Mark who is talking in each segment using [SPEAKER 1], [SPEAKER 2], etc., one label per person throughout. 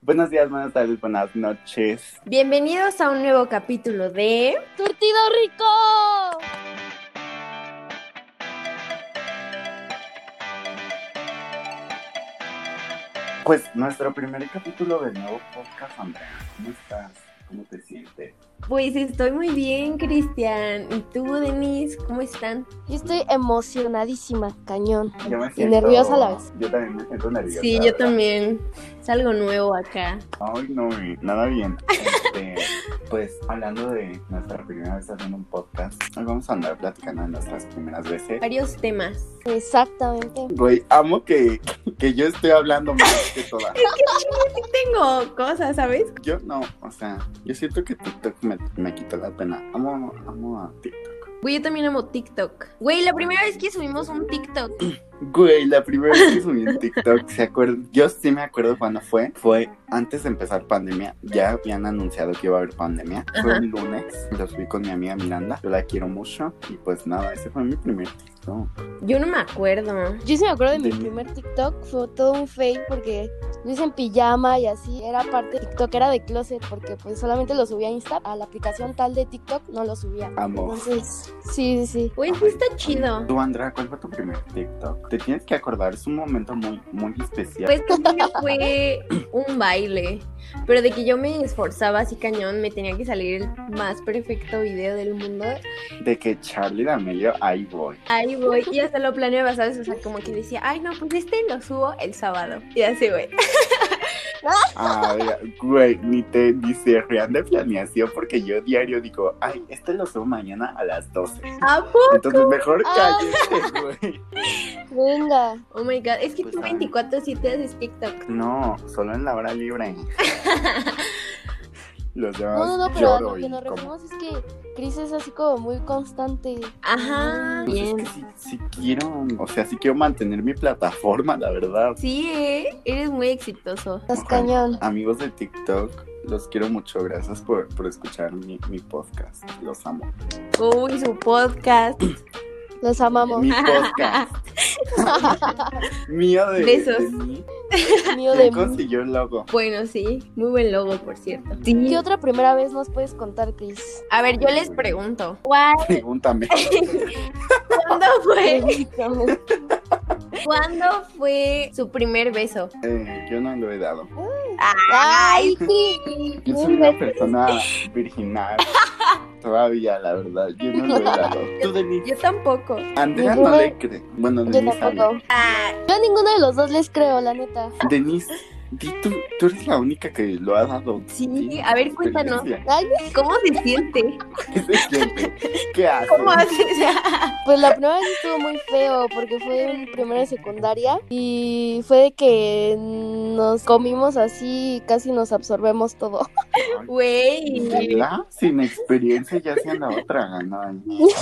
[SPEAKER 1] Buenos días, buenas tardes, buenas noches.
[SPEAKER 2] Bienvenidos a un nuevo capítulo de
[SPEAKER 3] ¡Curtido rico!
[SPEAKER 1] Pues nuestro primer capítulo del nuevo podcast, Andrea. ¿Cómo estás? ¿Cómo te sientes?
[SPEAKER 2] Pues estoy muy bien, Cristian. ¿Y tú, Denise? ¿Cómo están?
[SPEAKER 3] Yo estoy emocionadísima, cañón.
[SPEAKER 1] Yo me
[SPEAKER 3] Y nerviosa a la vez.
[SPEAKER 1] Yo también me siento nerviosa.
[SPEAKER 2] Sí,
[SPEAKER 1] la
[SPEAKER 2] yo
[SPEAKER 1] verdad.
[SPEAKER 2] también. Es algo nuevo acá.
[SPEAKER 1] Ay, no, mi, nada bien. Este, pues hablando de nuestra primera vez haciendo un podcast, hoy vamos a andar platicando de nuestras primeras veces.
[SPEAKER 2] Varios temas.
[SPEAKER 3] Exactamente.
[SPEAKER 1] Güey, amo que, que yo estoy hablando más que todas.
[SPEAKER 2] Tengo cosas, ¿sabes?
[SPEAKER 1] Yo no, o sea, yo siento que TikTok me, me quitó la pena. Amo, amo a TikTok.
[SPEAKER 2] Güey, yo también amo TikTok. Güey, la primera vez que subimos un TikTok.
[SPEAKER 1] Güey, la primera vez que subí un TikTok, ¿se acuerdan? Yo sí me acuerdo cuando fue. Fue antes de empezar pandemia. Ya habían anunciado que iba a haber pandemia. Fue
[SPEAKER 2] Ajá.
[SPEAKER 1] un lunes. Lo subí con mi amiga Miranda. Yo la quiero mucho. Y pues nada, ese fue mi primer TikTok.
[SPEAKER 2] Yo no me acuerdo.
[SPEAKER 3] Yo sí me acuerdo de mi
[SPEAKER 1] De mí.
[SPEAKER 3] primer TikTok, fue todo un fake porque lo hice en pijama y así, era parte de TikTok, era de closet porque pues solamente lo subía a Insta, a la aplicación tal de TikTok no lo subía.
[SPEAKER 1] Amo.
[SPEAKER 3] Entonces, sí, sí, sí.
[SPEAKER 2] Güey, sí está chido.
[SPEAKER 1] Tú, Andrea, ¿cuál fue tu primer TikTok? Te tienes que acordar, es un momento muy, muy especial.
[SPEAKER 2] Pues el mío fue un baile, pero de que yo me esforzaba así cañón, me tenía que salir el más perfecto video del mundo. Pues
[SPEAKER 1] de que Charlie D'Amelio, ahí voy.
[SPEAKER 2] Ahí voy, y hasta lo planeaba, ¿sabes? O sea, como que decía, ay no, pues este lo subo el sábado. Y así, güey.
[SPEAKER 1] Ah, mira, güey, ni te ni se rían de planeación porque yo diario digo, ay, este lo subo mañana a las 12.
[SPEAKER 2] ¿A poco?
[SPEAKER 1] Entonces mejor
[SPEAKER 3] Ah.
[SPEAKER 1] cállate, güey.
[SPEAKER 3] Venga.
[SPEAKER 2] Oh my god, es que
[SPEAKER 1] Pues,
[SPEAKER 2] tú
[SPEAKER 1] ah.
[SPEAKER 2] 24-7 haces TikTok.
[SPEAKER 1] No, solo en la hora libre. Los demás
[SPEAKER 3] No, no, no, pero a
[SPEAKER 1] lloro
[SPEAKER 3] lo que
[SPEAKER 1] y
[SPEAKER 3] nos
[SPEAKER 1] como-
[SPEAKER 3] referimos es que Chris es así como muy constante.
[SPEAKER 2] Ajá.
[SPEAKER 1] Pues es que
[SPEAKER 2] Ah, Bien.
[SPEAKER 1] sí, sí quiero, o sea, sí quiero mantener mi plataforma, la verdad.
[SPEAKER 2] Sí, ¿eh? eres muy exitoso.
[SPEAKER 3] Estás
[SPEAKER 1] Ojalá.
[SPEAKER 3] cañón.
[SPEAKER 1] Amigos de TikTok, los quiero mucho. Gracias por, por escuchar mi, mi podcast. Los amo.
[SPEAKER 2] Uy, su podcast.
[SPEAKER 3] Los amamos.
[SPEAKER 1] Mi podcast. Mío de,
[SPEAKER 2] Besos.
[SPEAKER 1] de mí.
[SPEAKER 3] Mío de
[SPEAKER 1] ¿Quién
[SPEAKER 3] mí.
[SPEAKER 1] consiguió el logo?
[SPEAKER 2] Bueno, sí, muy buen logo, por cierto. Sí.
[SPEAKER 3] ¿Qué otra primera vez nos puedes contar, Chris?
[SPEAKER 2] A ver, yo les pregunto. ¿Cuál?
[SPEAKER 1] Pregúntame.
[SPEAKER 2] ¿Cuándo fue?
[SPEAKER 3] Pregúntame.
[SPEAKER 2] ¿Cuándo fue su primer beso?
[SPEAKER 1] Eh, yo no lo he dado.
[SPEAKER 3] Ay, Chris.
[SPEAKER 1] Yo soy una persona virginal. Todavía, la verdad. Yo no lo he dado. Tú, Denise.
[SPEAKER 2] Yo tampoco.
[SPEAKER 1] Andrea no le cree. Bueno,
[SPEAKER 3] Yo
[SPEAKER 1] Denise. habla.
[SPEAKER 3] tampoco.
[SPEAKER 2] Ah,
[SPEAKER 3] Yo a ninguno de los dos les creo, la neta.
[SPEAKER 1] Denise, di tú, tú eres la única que lo ha dado.
[SPEAKER 2] Sí,
[SPEAKER 1] Di
[SPEAKER 2] a ver,
[SPEAKER 1] tu
[SPEAKER 2] cuéntanos.
[SPEAKER 1] experiencia.
[SPEAKER 3] Ay,
[SPEAKER 2] ¿Cómo se siente?
[SPEAKER 1] ¿Qué se siente? ¿Qué haces?
[SPEAKER 2] ¿Cómo haces?
[SPEAKER 3] Pues la primera vez estuvo muy feo porque fue en primero de secundaria y fue de que nos comimos así y casi nos absorbemos todo.
[SPEAKER 2] Güey,
[SPEAKER 1] ¿Verdad? Sin experiencia ya se andaba tragando. Ay, no.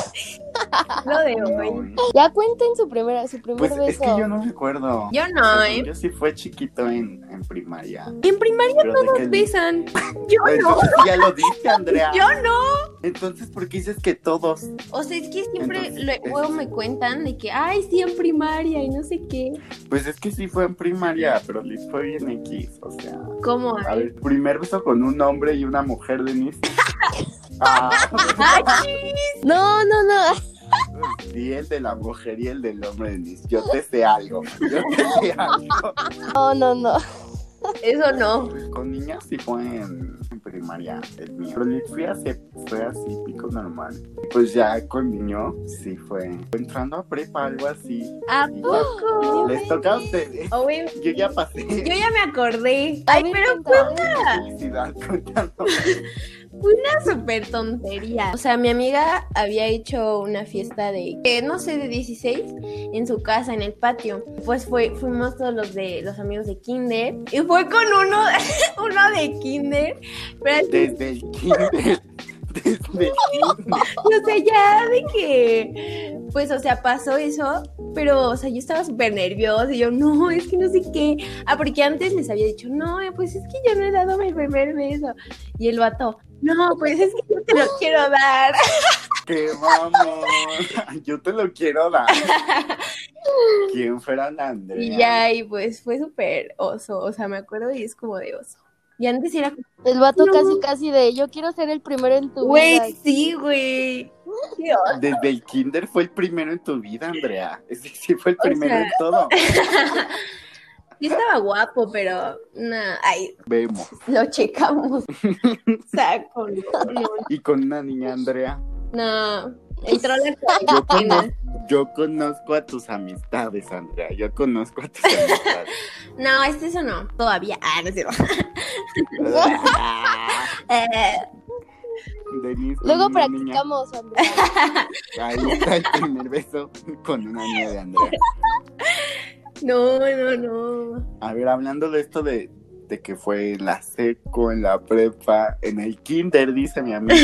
[SPEAKER 2] lo de
[SPEAKER 1] No,
[SPEAKER 2] hoy.
[SPEAKER 1] güey.
[SPEAKER 3] Ya cuenten su primera, su primer
[SPEAKER 1] Pues es
[SPEAKER 3] beso.
[SPEAKER 1] que yo no recuerdo.
[SPEAKER 2] Yo no, ¿eh?
[SPEAKER 1] Yo sí fue chiquito en, en primaria.
[SPEAKER 2] En primaria
[SPEAKER 1] Pero de que-
[SPEAKER 2] nos besan. Yo
[SPEAKER 1] Pues,
[SPEAKER 2] no.
[SPEAKER 1] Ya lo dije, Andrea.
[SPEAKER 2] Yo no.
[SPEAKER 1] Entonces, ¿por qué dices que todos?
[SPEAKER 2] O sea, es que siempre
[SPEAKER 1] Entonces,
[SPEAKER 2] lo- luego
[SPEAKER 1] es-
[SPEAKER 2] me cuentan de que, ay, sí, en primaria y no sé qué.
[SPEAKER 1] Pues es que sí fue en primaria, pero les fue bien X. O sea,
[SPEAKER 2] ¿Cómo?
[SPEAKER 1] a ver, primer beso con un hombre y una mujer, Denise. Ah,
[SPEAKER 3] No, no, no.
[SPEAKER 1] y el de la mujer y el del hombre, Denise. Yo te sé algo. Yo te sé algo.
[SPEAKER 3] No, no, no.
[SPEAKER 2] Eso no.
[SPEAKER 1] Pues con niñas sí fue en, en primaria el mío. Pero le fui así, fue así, pico normal. Y Pues ya con niño sí fue entrando a prepa, algo así.
[SPEAKER 2] ¿A
[SPEAKER 1] Y ya-
[SPEAKER 2] poco?
[SPEAKER 1] les toca a ustedes.
[SPEAKER 2] Oh, güey,
[SPEAKER 1] Yo ya pasé.
[SPEAKER 2] yo ya me acordé.
[SPEAKER 3] A
[SPEAKER 2] Ay,
[SPEAKER 3] ver,
[SPEAKER 2] pero
[SPEAKER 3] cuenta, a ver.
[SPEAKER 1] Felicidad contando.
[SPEAKER 2] Una súper tontería. O sea, mi amiga había hecho una fiesta de, eh, no sé, de 16 en su casa, en el patio. Pues fue, fuimos todos los de los amigos de Kinder. Y fue con uno, uno de Kinder. Pero así,
[SPEAKER 1] Desde el kinder. Desde el kinder.
[SPEAKER 2] o sea, ya de que, pues, o sea, pasó eso. Pero, o sea, yo estaba súper nerviosa. Y yo, no, es que no sé qué. Ah, porque antes les había dicho, no, eh, pues es que yo no he dado mi primer beso. Y el vato, no, pues es que yo te lo quiero dar.
[SPEAKER 1] ¡Qué vamos! Yo te lo quiero dar. ¿Quién fuera la Andrea?
[SPEAKER 2] Y ya, y pues fue súper oso, o sea, me acuerdo y es como de oso. Y antes era como,
[SPEAKER 3] El vato
[SPEAKER 2] No.
[SPEAKER 3] casi, casi de yo quiero ser el primero en tu vida.
[SPEAKER 2] güey, sí, güey. Qué oso.
[SPEAKER 1] Desde el kinder fue el primero en tu vida, Andrea. Es decir, fue el primero
[SPEAKER 2] sea-
[SPEAKER 1] en todo.
[SPEAKER 2] Sí estaba guapo, pero nah, ay,
[SPEAKER 1] Vemos.
[SPEAKER 2] lo checamos. Saco. No,
[SPEAKER 1] Y con una niña, Andrea.
[SPEAKER 2] no. Entró la
[SPEAKER 1] Yo
[SPEAKER 2] cuarentena.
[SPEAKER 1] conozco, yo conozco a tus amistades, Andrea. Yo conozco a tus amistades.
[SPEAKER 2] No, este eso no. Todavía. Ah, no es cierto. Eh,
[SPEAKER 1] Denise, con
[SPEAKER 3] Luego
[SPEAKER 1] una niña.
[SPEAKER 3] practicamos, Andrea.
[SPEAKER 1] Ahí está el primer beso con una niña de Andrea.
[SPEAKER 2] no, no, no.
[SPEAKER 1] A ver, hablando de esto de, de que fue en la seco, en la prepa, en el kinder, dice mi amiga.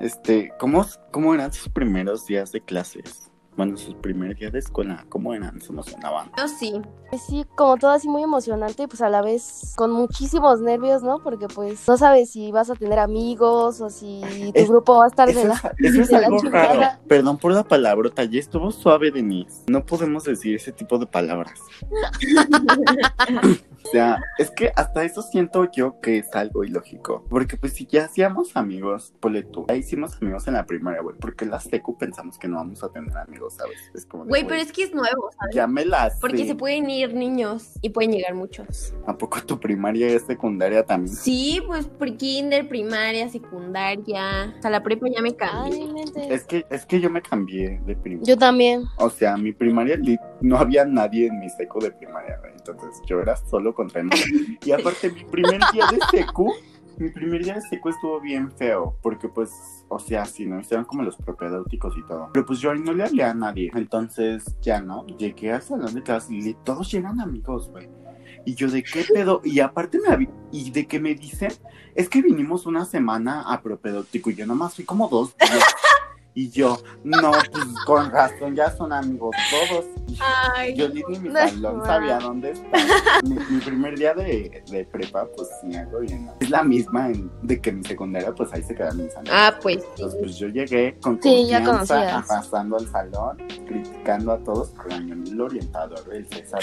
[SPEAKER 1] Este, ¿cómo, ¿cómo eran sus primeros días de clases? Bueno, sus primeros días de escuela, ¿cómo eran? Se emocionaban.
[SPEAKER 2] Yo sí.
[SPEAKER 3] Pues sí, como todo así muy emocionante y pues a la vez con muchísimos nervios, ¿no? Porque pues no sabes si vas a tener amigos o si tu
[SPEAKER 1] Es-
[SPEAKER 3] grupo va a estar de
[SPEAKER 1] Eso es,
[SPEAKER 3] la...
[SPEAKER 1] eso es
[SPEAKER 3] de la
[SPEAKER 1] algo
[SPEAKER 3] chingada.
[SPEAKER 1] raro. Perdón por la palabrota, ya estuvo suave, Denise. No podemos decir ese tipo de palabras. O sea, es que hasta eso siento yo que es algo ilógico. Porque pues si ya hacíamos amigos, ponle tú, ya hicimos amigos en la primaria, güey. Porque en la secu pensamos que no vamos a tener amigos, ¿sabes? Es como... de,
[SPEAKER 2] Güey, pero es que es nuevo, ¿sabes?
[SPEAKER 1] Ya me la sé.
[SPEAKER 2] Porque se pueden ir niños y pueden llegar muchos.
[SPEAKER 1] ¿A poco tu primaria es secundaria también?
[SPEAKER 2] Sí, pues pre-kinder, primaria, secundaria. O sea, la prepa ya me
[SPEAKER 3] Ay,
[SPEAKER 2] cambié.
[SPEAKER 3] mi mente.
[SPEAKER 1] Es que, es que yo me cambié de primaria.
[SPEAKER 3] Yo también.
[SPEAKER 1] O sea, mi primaria li- no había nadie en mi secu de primaria, güey. Entonces yo era solo contra mí. Y aparte, mi primer día de secu, mi primer día de secu estuvo bien feo. Porque pues, o sea, sí, ¿no? Estaban como los propedéuticos y todo. Pero pues yo ahí no le hablé a nadie. Entonces, ya no. Llegué al salón de clases y le- todos llegan amigos, güey. Y yo, ¿de qué pedo? Y aparte, me avi- ¿y de qué me dicen? Es que vinimos una semana a propedéutico y yo nomás fui como dos días. Y yo, no, pues con razón, ya son amigos todos. Y yo,
[SPEAKER 2] Ay,
[SPEAKER 1] yo ni en mi
[SPEAKER 3] No,
[SPEAKER 1] salón
[SPEAKER 3] wow.
[SPEAKER 1] sabía dónde estaba. Mi, mi primer día de, de prepa, pues sí, algo bien. ¿no? Es la misma en- de que mi secundaria, pues ahí se quedaron mis amigos.
[SPEAKER 2] Ah, pues sí.
[SPEAKER 1] Entonces, pues yo llegué con
[SPEAKER 3] Sí, ya
[SPEAKER 1] confianza,
[SPEAKER 3] conocías.
[SPEAKER 1] arrasando al salón, criticando a todos, pero a mí el orientador, el César,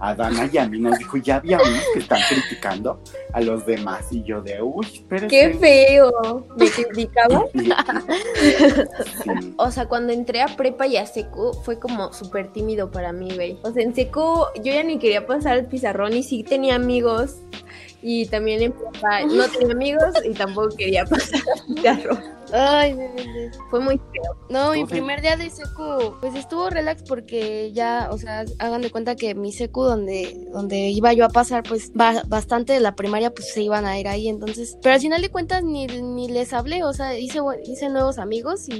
[SPEAKER 1] a Dana y a mí nos dijo, ya había unos que están criticando a los demás. Y yo de, uy, espérense.
[SPEAKER 2] Qué feo. ¿Me criticaba?
[SPEAKER 1] Y- sí.
[SPEAKER 2] O sea, cuando entré a prepa y a secu fue como súper tímido para mí, güey. O sea, en secu yo ya ni quería pasar el pizarrón y sí tenía amigos. Y también en prepa no tenía amigos y tampoco quería pasar el pizarrón.
[SPEAKER 3] Ay, mi mente.
[SPEAKER 2] Fue muy feo.
[SPEAKER 3] No, mi
[SPEAKER 1] Tú sí.
[SPEAKER 3] primer día de secu, pues estuvo relax porque ya, o sea, hagan de cuenta que mi secu donde, donde iba yo a pasar, pues ba- bastante de la primaria, pues se iban a ir ahí, entonces, pero al final de cuentas ni, ni les hablé, o sea, hice, bu- hice nuevos amigos y,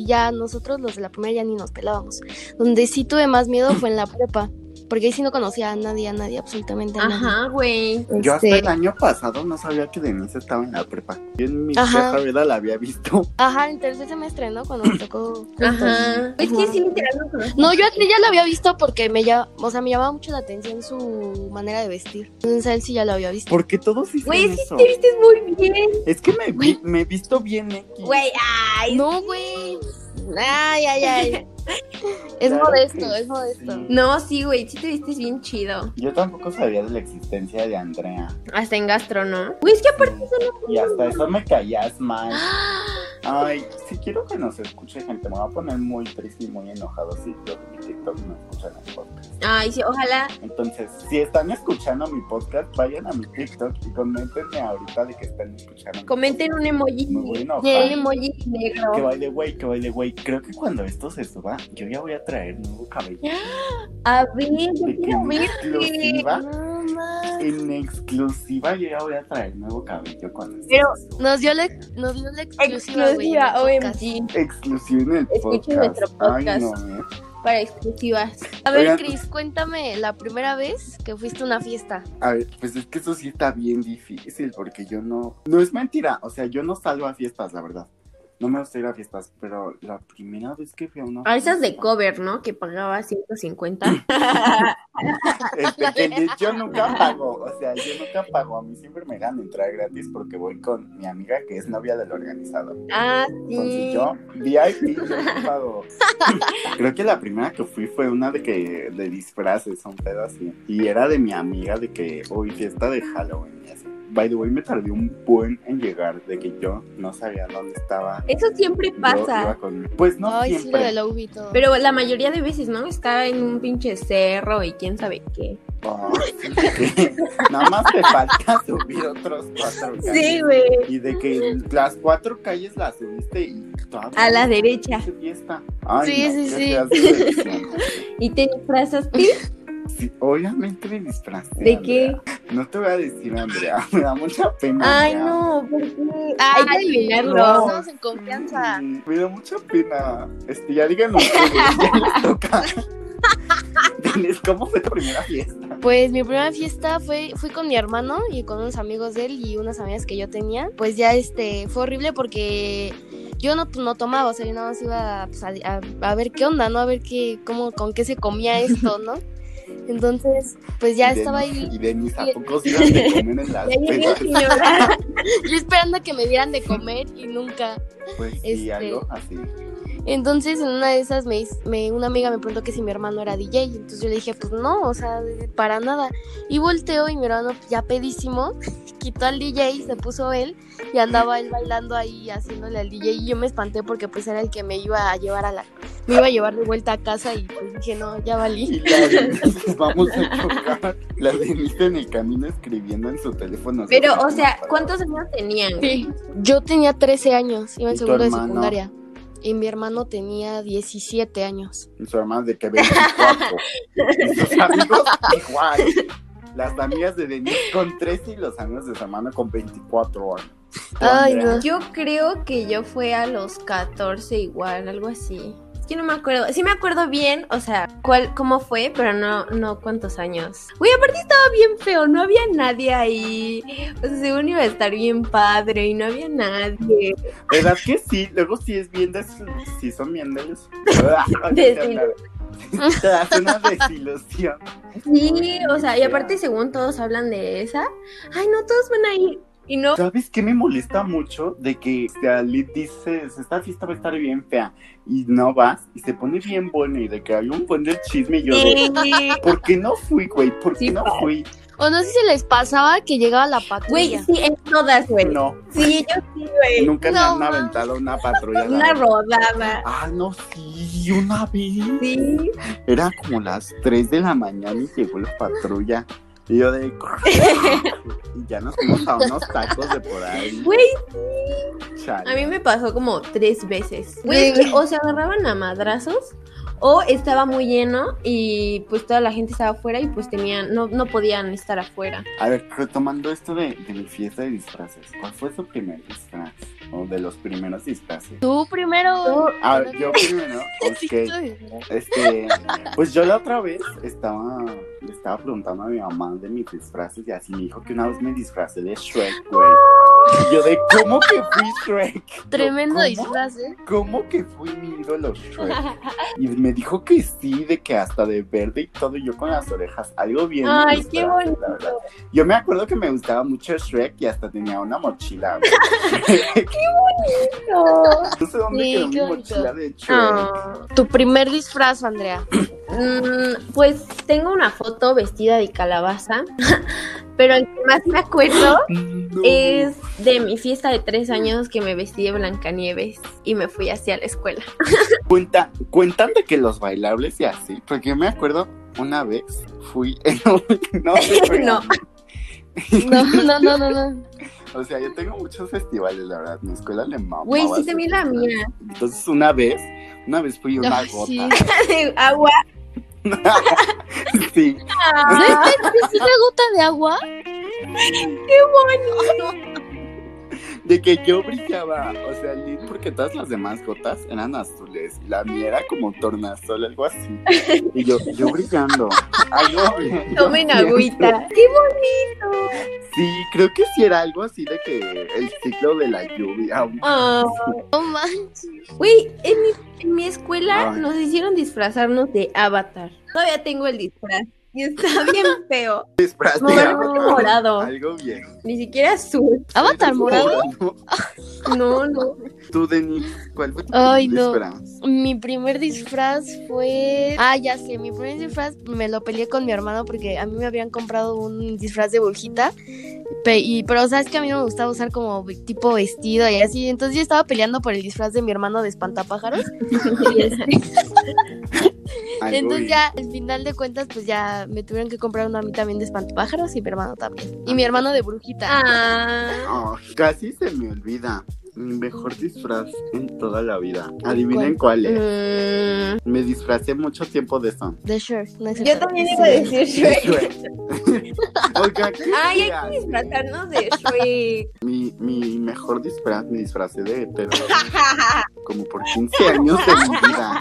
[SPEAKER 3] y ya nosotros los de la primaria ya ni nos pelábamos. Donde sí tuve más miedo fue en la prepa, porque ahí sí no conocía a nadie, a nadie, absolutamente a nadie.
[SPEAKER 2] Ajá, güey.
[SPEAKER 1] Yo hasta
[SPEAKER 3] Este,
[SPEAKER 1] el año pasado no sabía que Denise estaba en la prepa. Yo en mi
[SPEAKER 3] Ajá.
[SPEAKER 1] vieja vida la había visto.
[SPEAKER 3] Ajá, en tercer semestre, ¿no? Cuando me tocó.
[SPEAKER 2] Ajá. Es que sí, literal no conocí.
[SPEAKER 3] No, yo a él ya lo había visto porque me, lla- o sea, me llamaba mucho la atención su manera de vestir. Entonces a él sí ya lo había visto.
[SPEAKER 1] Porque todos hicieron
[SPEAKER 2] Güey, es que
[SPEAKER 1] eso.
[SPEAKER 2] te vistes muy bien.
[SPEAKER 1] Es que me, vi- me he visto bien, X.
[SPEAKER 2] Güey, ay.
[SPEAKER 3] No, güey. Ay, ay, ay. Es
[SPEAKER 1] Claro
[SPEAKER 3] modesto,
[SPEAKER 1] que
[SPEAKER 3] es modesto.
[SPEAKER 1] sí.
[SPEAKER 2] No, sí, güey, sí te vistes bien chido.
[SPEAKER 1] Yo tampoco sabía de la existencia de Andrea.
[SPEAKER 2] Hasta en gastro, ¿no? Güey, es que aparte
[SPEAKER 1] Y hasta eso me caías mal. Ay, si quiero que nos escuche gente, me voy a poner muy triste y muy enojado si los de mi TikTok no escuchan el podcast.
[SPEAKER 2] Ay, sí, ojalá.
[SPEAKER 1] Entonces, si están escuchando mi podcast, vayan a mi TikTok y coméntenme ahorita de que están escuchando. mi
[SPEAKER 2] Comenten un emoji.
[SPEAKER 1] podcast. Me voy a enojar.
[SPEAKER 2] Un emoji
[SPEAKER 1] Que
[SPEAKER 2] negro.
[SPEAKER 1] baile, güey, que baile, güey. Creo que cuando esto se suba, yo ya voy a traer nuevo cabello.
[SPEAKER 2] A ver, yo
[SPEAKER 1] De que
[SPEAKER 2] quiero
[SPEAKER 1] en
[SPEAKER 2] verte.
[SPEAKER 1] exclusiva,
[SPEAKER 3] No, ma.
[SPEAKER 1] en exclusiva, yo ya voy a traer nuevo cabello cuando esto
[SPEAKER 2] Pero-
[SPEAKER 1] se suba.
[SPEAKER 3] Nos dio la, nos dio la exclusiva, güey. en el
[SPEAKER 2] Exclusiva,
[SPEAKER 3] podcast.
[SPEAKER 2] OMG.
[SPEAKER 1] Exclusiva en el podcast.
[SPEAKER 2] Escuchen nuestro
[SPEAKER 1] Ay,
[SPEAKER 2] podcast.
[SPEAKER 1] no, eh.
[SPEAKER 2] Para exclusivas.
[SPEAKER 3] A ver,
[SPEAKER 1] Oigan.
[SPEAKER 3] Cris, cuéntame la primera vez que fuiste a una fiesta.
[SPEAKER 1] A ver, pues es que eso sí está bien difícil porque yo no... No es mentira, o sea, yo no salgo a fiestas, la verdad. No me gusta ir a fiestas, pero la primera vez que fui a una...
[SPEAKER 2] A Ah, esas de
[SPEAKER 1] fiesta-
[SPEAKER 2] cover, ¿no? Que pagaba 150.
[SPEAKER 1] Este, que de- yo nunca pago, o sea, yo nunca pago. A mí siempre me dan entrar gratis porque voy con mi amiga que es novia del organizador.
[SPEAKER 2] ah,
[SPEAKER 1] Entonces
[SPEAKER 2] sí.
[SPEAKER 1] yo, VIP, yo no pago. Creo que la primera que fui fue una de que de disfraces, un pedo así. Y era de mi amiga de que, uy, fiesta de Halloween y así. by the way, me tardé un buen en llegar, de que yo no sabía dónde estaba.
[SPEAKER 2] Eso siempre
[SPEAKER 1] Yo
[SPEAKER 2] pasa.
[SPEAKER 1] iba con- Pues no
[SPEAKER 3] Ay, sí, lo
[SPEAKER 1] siempre.
[SPEAKER 3] de la UV y todo.
[SPEAKER 2] Pero la mayoría de veces, ¿no? Está en un pinche cerro y quién sabe qué.
[SPEAKER 1] Ay, Oh, sí. Nada más te falta subir otros cuatro calles.
[SPEAKER 2] güey.
[SPEAKER 1] Y de que las cuatro calles las subiste y todavía
[SPEAKER 2] A la
[SPEAKER 1] no fue
[SPEAKER 2] derecha.
[SPEAKER 1] pinche fiesta. Ay,
[SPEAKER 3] Sí,
[SPEAKER 1] no,
[SPEAKER 3] sí,
[SPEAKER 1] qué
[SPEAKER 3] sí.
[SPEAKER 1] pedazo de fiesta.
[SPEAKER 2] ¿Y te disfrazaste?
[SPEAKER 1] Sí, obviamente me disfrazé.
[SPEAKER 2] ¿De qué?
[SPEAKER 1] Andrea. No te voy a decir, Andrea. Me da mucha pena.
[SPEAKER 2] Ay,
[SPEAKER 1] Andrea.
[SPEAKER 2] no, porque
[SPEAKER 3] Ay,
[SPEAKER 2] hay que adivinarlo.
[SPEAKER 1] no.
[SPEAKER 3] Estamos en confianza.
[SPEAKER 1] Mm, Me da mucha pena. Este, ya díganlo ustedes, ya les toca. Denise, ¿Cómo fue tu primera fiesta?
[SPEAKER 3] Pues mi primera fiesta fue, fui con mi hermano y con unos amigos de él y unas amigas que yo tenía. Pues ya este fue horrible porque yo no, no tomaba, o sea, yo nada más iba pues, a, a- a ver qué onda, ¿no? A ver qué, cómo, con qué se comía esto, ¿no? Entonces, pues ya
[SPEAKER 1] Y
[SPEAKER 3] estaba
[SPEAKER 1] Denise-
[SPEAKER 3] ahí,
[SPEAKER 1] Y Denis, ¿a
[SPEAKER 3] y-
[SPEAKER 1] poco se iban de comer en las
[SPEAKER 2] Ya llegué,
[SPEAKER 1] pedas?
[SPEAKER 2] señora.
[SPEAKER 3] yo esperando a que me dieran de comer y nunca.
[SPEAKER 1] Pues sí,
[SPEAKER 3] Este-
[SPEAKER 1] algo así.
[SPEAKER 3] Entonces, en una de esas, me, hiz- me- una amiga me preguntó que si mi hermano era DJ. Entonces yo le dije, pues no, o sea, para nada. Y volteo y mi hermano, pues, ya pedísimo, quitó al DJ, se puso él y andaba él bailando ahí haciéndole al DJ. Y yo me espanté porque pues era el que me iba a llevar a la. Me iba a llevar de vuelta a casa y pues dije, no, ya valí.
[SPEAKER 1] Y la Denise, vamos a chocar. La Denise en el camino escribiendo en su teléfono.
[SPEAKER 2] Pero,
[SPEAKER 1] así
[SPEAKER 2] o sea,
[SPEAKER 1] como-
[SPEAKER 2] ¿cuántos años tenían?
[SPEAKER 3] Sí. Yo tenía 13 años, iba
[SPEAKER 1] ¿Y
[SPEAKER 3] en
[SPEAKER 1] tu
[SPEAKER 3] segundo de
[SPEAKER 1] hermano?
[SPEAKER 3] secundaria. Y mi hermano tenía 17 años.
[SPEAKER 1] Y su hermana de que 24. y sus amigos igual. Las amigas de Denise con 13 y los amigos de su hermana con 24 años. Tú,
[SPEAKER 3] Ay,
[SPEAKER 1] Andrea,
[SPEAKER 3] no.
[SPEAKER 2] Yo creo que yo fue a los 14 igual, algo así. Es que no me acuerdo. Sí me acuerdo bien, o sea, cuál, cómo fue, pero no, no cuántos años. Uy, aparte estaba bien feo, no había nadie ahí. O sea, según iba a estar bien padre y no había nadie.
[SPEAKER 1] ¿Verdad que sí? Luego sí es bien de sí son bien de los.
[SPEAKER 2] Desilu-
[SPEAKER 1] Te das una desilusión.
[SPEAKER 2] Sí, o sea, y aparte según todos hablan de esa, ay no, todos van a ir. Y no,
[SPEAKER 1] ¿Sabes qué me molesta mucho? De que o sea, le dices, esta fiesta va a estar bien fea, y no vas, y se pone bien buena, y de que hay un buen del chisme, y yo de,
[SPEAKER 2] sí.
[SPEAKER 1] ¿por qué no fui, güey? ¿Por qué
[SPEAKER 2] Sí,
[SPEAKER 1] no
[SPEAKER 2] pasa.
[SPEAKER 1] fui?
[SPEAKER 3] O no sé si se les pasaba que llegaba la
[SPEAKER 2] Güey,
[SPEAKER 3] patrulla.
[SPEAKER 2] sí, en todas, güey.
[SPEAKER 1] No,
[SPEAKER 2] Sí, yo sí, güey.
[SPEAKER 1] nunca me
[SPEAKER 3] No,
[SPEAKER 1] han
[SPEAKER 3] ma.
[SPEAKER 1] aventado una patrulla. la
[SPEAKER 2] Una
[SPEAKER 1] verdad.
[SPEAKER 2] rodada.
[SPEAKER 1] Ah, no, sí, una vez.
[SPEAKER 2] Sí.
[SPEAKER 1] Era como las 3 de la mañana y llegó la patrulla. Y yo de... y ya nos fuimos a unos tacos de por ahí.
[SPEAKER 2] Güey,
[SPEAKER 1] Chale.
[SPEAKER 2] A mí me pasó como tres veces. Güey, es que o se agarraban a madrazos o estaba muy lleno y pues toda la gente estaba afuera y pues tenían, no, no podían estar afuera.
[SPEAKER 1] A ver, retomando esto de, de mi fiesta de disfraces, ¿cuál fue su primer disfraz? O de los primeros disfraces.
[SPEAKER 3] Tú primero.
[SPEAKER 1] A ver, yo primero,
[SPEAKER 3] Sí,
[SPEAKER 1] ok.
[SPEAKER 3] tú.
[SPEAKER 1] Este, pues yo la otra vez estaba, le estaba preguntando a mi mamá de mis disfraces y así me dijo que una vez me disfracé de Shrek, güey. Y yo de, ¿cómo que fui Shrek? Yo,
[SPEAKER 3] Tremendo
[SPEAKER 1] ¿cómo?
[SPEAKER 3] disfraz, ¿eh?
[SPEAKER 1] ¿Cómo que fui mi ídolo Shrek? Y me dijo que sí, de que hasta de verde y todo, y yo con las orejas, algo bien.
[SPEAKER 2] Ay,
[SPEAKER 1] disfraz,
[SPEAKER 2] qué
[SPEAKER 1] la
[SPEAKER 2] bonito.
[SPEAKER 1] verdad. Yo me acuerdo que me gustaba mucho Shrek y hasta tenía una mochila. güey. no sé dónde
[SPEAKER 3] Sí,
[SPEAKER 1] quedó
[SPEAKER 3] qué
[SPEAKER 1] mi
[SPEAKER 3] bonito.
[SPEAKER 1] mochila de Shrek.
[SPEAKER 2] Ah.
[SPEAKER 3] Tu primer disfraz, Andrea.
[SPEAKER 2] Mm, pues tengo una foto vestida de calabaza, pero el que más me acuerdo
[SPEAKER 1] No.
[SPEAKER 2] es de mi fiesta de tres años que me vestí de Blancanieves y me fui hacia la escuela.
[SPEAKER 1] Cuenta, cuentan de que los bailables y así, porque me acuerdo una vez fui en un- no, sé, pero-
[SPEAKER 2] No.
[SPEAKER 3] No, no, no, no, no.
[SPEAKER 1] O sea, yo tengo muchos festivales, la verdad. Mi escuela le mamaba.
[SPEAKER 2] Güey, sí,
[SPEAKER 1] hacer
[SPEAKER 2] también la
[SPEAKER 1] festivales.
[SPEAKER 2] mía.
[SPEAKER 1] Entonces, una vez, una vez fui una
[SPEAKER 3] Ay,
[SPEAKER 1] gota.
[SPEAKER 3] sí.
[SPEAKER 2] Agua.
[SPEAKER 1] Sí,
[SPEAKER 3] ¿Sabes qué? ¿Es una gota de agua?
[SPEAKER 1] de que yo brillaba, o sea, lit, porque todas las demás gotas eran azules, y la mía era como tornasol, algo así. Y yo, yo brillando. Algo bien, yo
[SPEAKER 2] Tomen
[SPEAKER 1] bien.
[SPEAKER 2] agüita. ¡Qué
[SPEAKER 1] Sí, creo que sí era algo así de que el ciclo de la lluvia.
[SPEAKER 2] bonito!
[SPEAKER 3] No manches.
[SPEAKER 2] Güey, en mi, en mi escuela
[SPEAKER 1] Ay.
[SPEAKER 2] nos hicieron disfrazarnos de avatar. Todavía tengo el disfraz. Y está bien feo.
[SPEAKER 1] Disfraz de
[SPEAKER 2] Morado,
[SPEAKER 1] agua.
[SPEAKER 2] morado.
[SPEAKER 1] Algo bien.
[SPEAKER 2] Ni siquiera azul.
[SPEAKER 3] ¿Avatar morado?
[SPEAKER 2] No, no.
[SPEAKER 1] Tú, Denis, ¿cuál fue tu
[SPEAKER 3] Ay,
[SPEAKER 1] primer
[SPEAKER 3] no.
[SPEAKER 1] disfraz?
[SPEAKER 3] Mi primer disfraz fue. Ah, ya sé, mi primer disfraz me lo peleé con mi hermano porque a mí me habían comprado un disfraz de brujita. Pe- y, pero, ¿sabes que A mí no me gustaba usar como ve- tipo vestido y así. Entonces yo estaba peleando por el disfraz de mi hermano de espantapájaros. Y este,
[SPEAKER 1] Algo
[SPEAKER 3] entonces
[SPEAKER 1] y-
[SPEAKER 3] ya, al final de cuentas, pues ya me tuvieron que comprar uno a mí también de espantapájaros y mi hermano también. Y mi hermano de brujita.
[SPEAKER 2] Ah,
[SPEAKER 1] Oh, casi se me olvida. Mi mejor disfraz en toda la vida. Adivinen cuál es.
[SPEAKER 2] mm,
[SPEAKER 1] Me disfracé mucho tiempo de eso.
[SPEAKER 3] De Shrek. No es
[SPEAKER 2] yo
[SPEAKER 3] cierto.
[SPEAKER 2] también iba a decir Shrek.
[SPEAKER 1] Oiga, ¿qué
[SPEAKER 2] Ay, hay
[SPEAKER 1] creas?
[SPEAKER 2] que disfrazarnos de Shrek.
[SPEAKER 1] mi, mi mejor disfraz, me disfracé de hetero. Como por 15 años de mi vida.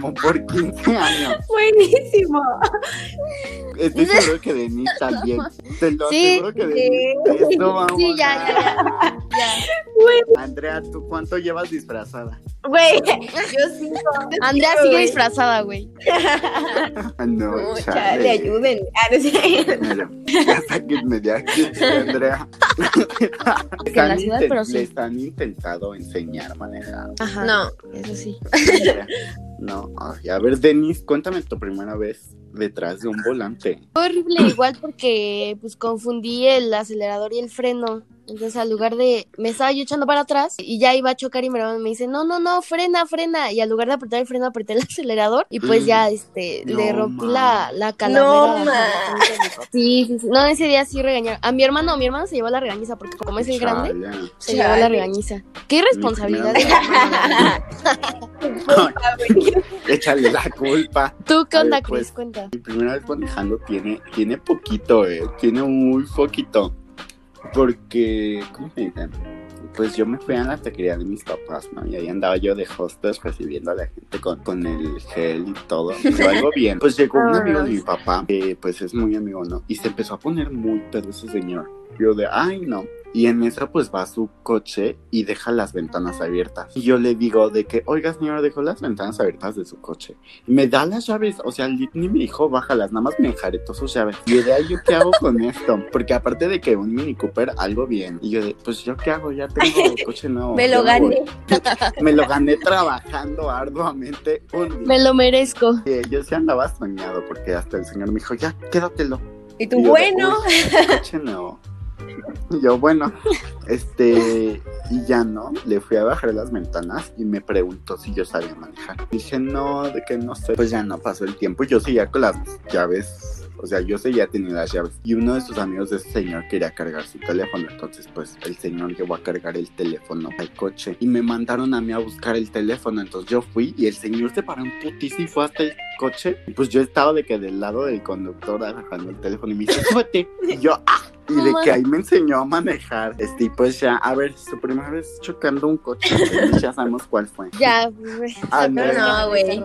[SPEAKER 1] Como por 15 años.
[SPEAKER 2] Buenísimo.
[SPEAKER 1] Estoy seguro que Denise también. Te lo
[SPEAKER 3] Sí.
[SPEAKER 1] aseguro que Denise. Esto vamos
[SPEAKER 3] Sí, ya,
[SPEAKER 1] a-
[SPEAKER 3] ya,
[SPEAKER 1] Andrea, ¿tú cuánto llevas disfrazada?
[SPEAKER 2] Güey, yo sí.
[SPEAKER 3] Andrea
[SPEAKER 2] Sí,
[SPEAKER 3] sigue
[SPEAKER 2] güey.
[SPEAKER 3] disfrazada, güey.
[SPEAKER 1] Ah, No,
[SPEAKER 2] No,
[SPEAKER 1] chale.
[SPEAKER 2] chale, ayuden. Ah, no sé.
[SPEAKER 1] Mira, ya sáquenme de aquí, Andrea.
[SPEAKER 3] Que en la
[SPEAKER 1] Han
[SPEAKER 3] ciudad,
[SPEAKER 1] inten-
[SPEAKER 3] pero sí.
[SPEAKER 1] Les han intentado enseñar a manejar.
[SPEAKER 3] Ajá.
[SPEAKER 2] No,
[SPEAKER 3] Eso sí.
[SPEAKER 1] Andrea. No, ay, a ver, Denise, cuéntame tu primera vez detrás de un volante.
[SPEAKER 3] Fue horrible igual porque pues confundí el acelerador y el freno. Entonces al lugar de me estaba yo echando para atrás y ya iba a chocar y mi hermano me dice, "No, no, no, frena, frena." Y al lugar de apretar el freno apreté el acelerador y pues
[SPEAKER 1] Mm.
[SPEAKER 3] ya este
[SPEAKER 1] No,
[SPEAKER 3] le rompí
[SPEAKER 1] ma.
[SPEAKER 3] la la calavera.
[SPEAKER 2] No, ma.
[SPEAKER 3] Sí, sí, sí. no ese día sí regañaron. A mi hermano, mi hermano se llevó la regañiza porque como es Pues, el grande
[SPEAKER 1] Chale.
[SPEAKER 3] se llevó la
[SPEAKER 2] Chale.
[SPEAKER 3] regañiza. Qué irresponsabilidad.
[SPEAKER 1] Mi
[SPEAKER 2] culpa, güey.
[SPEAKER 1] Échale la culpa.
[SPEAKER 3] Tú qué
[SPEAKER 1] A ver,
[SPEAKER 3] onda,
[SPEAKER 1] pues.
[SPEAKER 3] Cris, cuenta.
[SPEAKER 1] Mi primera vez manejando tiene, tiene poquito, eh, tiene muy poquito. Porque, ¿cómo se dice? Pues yo me fui a la taquería de mis papás, ¿no? Y ahí andaba yo de hostes recibiendo a la gente con, con el gel y todo. Pero algo bien. Pues llegó un amigo de mi papá, que pues es muy amigo, ¿no? Y se empezó a poner muy pedo ese señor. Yo de, ay, no. Y en esa pues va su coche y deja las ventanas abiertas. Y yo le digo de que, oiga señora, dejó las ventanas abiertas de su coche. Y me da las llaves, o sea, Lit ni me dijo, bájalas, nada más me enjaretó sus llaves. Y yo de ahí, ¿yo qué hago con esto? Porque aparte de que un Mini Cooper, algo bien. Y yo de, pues yo qué hago, ya tengo coche nuevo.
[SPEAKER 2] Me lo
[SPEAKER 1] yo
[SPEAKER 2] gané.
[SPEAKER 1] voy. Me lo gané trabajando arduamente un día.
[SPEAKER 3] Me lo merezco.
[SPEAKER 1] Eh, Yo sí andaba soñado porque hasta el señor me dijo, ya, quédatelo.
[SPEAKER 2] Y
[SPEAKER 1] Y
[SPEAKER 2] tú,
[SPEAKER 1] yo de,
[SPEAKER 2] bueno.
[SPEAKER 1] "Uy, coche nuevo". Y Yo, bueno, este, y ya no, le fui a bajar las ventanas y me preguntó si yo sabía manejar. Dije, no, de que no sé. Pues ya no pasó el tiempo, yo seguía con las llaves. O sea, yo seguía teniendo las llaves. Y uno de sus amigos de ese señor quería cargar su teléfono. Entonces, pues, el señor llegó a cargar el teléfono al coche. Y me mandaron a mí a buscar el teléfono. Entonces, yo fui y el señor se paró un putísimo y fue hasta el coche. Y pues, yo estaba de que del lado del conductor agarrando el teléfono. Y me dice, súbete. Y yo, "Ah", y de que ahí me enseñó a manejar. Este, y pues ya, a ver, su primera vez chocando un coche, pues ya sabemos cuál fue.
[SPEAKER 3] Ya, güey.
[SPEAKER 1] Andrea,
[SPEAKER 2] No, güey.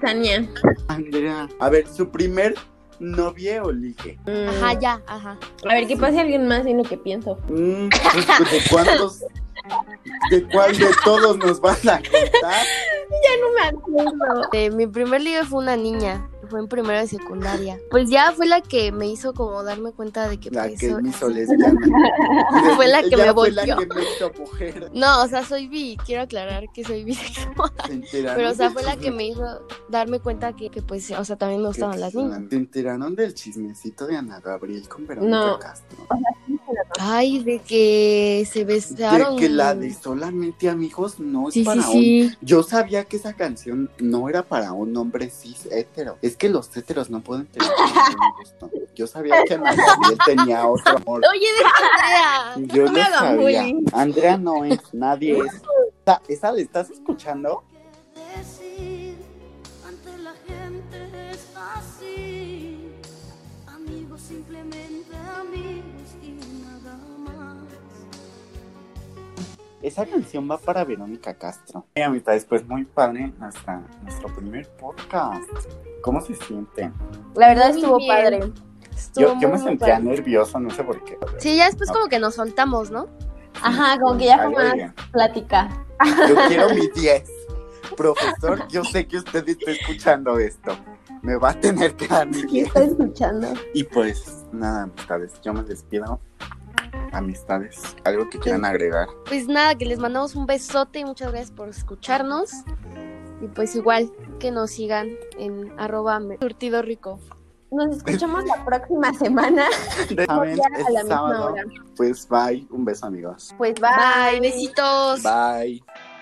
[SPEAKER 2] Tania.
[SPEAKER 1] Andrea. A ver, su primer novio o ligue.
[SPEAKER 2] Mm.
[SPEAKER 3] Ajá, ya, ajá.
[SPEAKER 2] A ver, ¿qué pasa alguien más en lo que pienso?
[SPEAKER 1] Mm, pues, pues, ¿De cuántos? ¿De cuál de todos nos vas a contar?
[SPEAKER 2] No me acuerdo.
[SPEAKER 3] Eh, mi primer ligue fue una niña, fue en primero de secundaria. Pues ya fue la que me hizo como darme cuenta de que...
[SPEAKER 1] La
[SPEAKER 3] pues,
[SPEAKER 1] que
[SPEAKER 3] soy-
[SPEAKER 1] me hizo lesbiana.
[SPEAKER 3] Fue la que
[SPEAKER 1] Ella
[SPEAKER 3] me
[SPEAKER 1] fue la
[SPEAKER 3] volteó.
[SPEAKER 1] que me hizo mujer.
[SPEAKER 3] No, o sea, soy bi, quiero aclarar que soy bisexual.
[SPEAKER 1] ¿Te enteraron
[SPEAKER 3] Pero o sea,
[SPEAKER 1] del
[SPEAKER 3] fue la que
[SPEAKER 1] chisme?
[SPEAKER 3] me hizo darme cuenta que, que pues, o sea, también me gustaban las niñas.
[SPEAKER 1] ¿Te enteraron del chismecito de Ana Gabriel con Verónica
[SPEAKER 2] No.
[SPEAKER 1] Castro?
[SPEAKER 3] Ay, de que se besaron.
[SPEAKER 1] De que la de solamente amigos no es
[SPEAKER 3] Sí, sí,
[SPEAKER 1] para
[SPEAKER 3] sí.
[SPEAKER 1] un... Yo sabía que esa canción no era para un hombre cis hetero. Es que los heteros no pueden tener ningún gusto. Yo sabía que Ana Gabriel tenía otro amor.
[SPEAKER 3] Oye, deja Andrea.
[SPEAKER 1] Yo
[SPEAKER 2] No me
[SPEAKER 1] lo
[SPEAKER 2] hagan
[SPEAKER 1] sabía.
[SPEAKER 2] bullying.
[SPEAKER 1] Andrea no es, nadie es. Esa- ¿Esa le estás escuchando?
[SPEAKER 4] que decir ante la gente es así. Amigos, simplemente amigos y nada más.
[SPEAKER 1] Esa canción va para Verónica Castro. Y amistad, después muy padre nuestra, nuestro primer podcast. ¿Cómo se sienten?
[SPEAKER 2] La verdad
[SPEAKER 3] Muy
[SPEAKER 2] estuvo
[SPEAKER 3] bien.
[SPEAKER 2] padre.
[SPEAKER 3] Estuvo
[SPEAKER 1] Yo, yo me
[SPEAKER 3] muy
[SPEAKER 1] sentía
[SPEAKER 3] padre.
[SPEAKER 1] nerviosa, no sé por qué.
[SPEAKER 3] Sí, ya después como que nos soltamos, ¿no?
[SPEAKER 2] Ajá, como que ya fue
[SPEAKER 1] Algo
[SPEAKER 2] más
[SPEAKER 1] bien.
[SPEAKER 2] plática.
[SPEAKER 1] Yo quiero mi 10. Profesor, yo sé que usted está escuchando esto. Me va a tener que dar mi
[SPEAKER 2] ¿Qué
[SPEAKER 1] 10.
[SPEAKER 2] estás escuchando?
[SPEAKER 1] Y pues, nada, amistades. Yo me despido. Amistades, algo que quieran agregar.
[SPEAKER 3] Pues nada, que les mandamos un besote y muchas gracias por escucharnos. Y pues igual que nos sigan en arroba me- surtido rico.
[SPEAKER 2] Nos escuchamos la próxima semana.
[SPEAKER 1] Saben,
[SPEAKER 2] ya a la
[SPEAKER 1] es
[SPEAKER 2] misma
[SPEAKER 1] sábado.
[SPEAKER 2] hora.
[SPEAKER 1] Pues bye, un beso amigos.
[SPEAKER 2] Pues
[SPEAKER 3] Bye,
[SPEAKER 2] bye.
[SPEAKER 3] besitos.
[SPEAKER 1] Bye.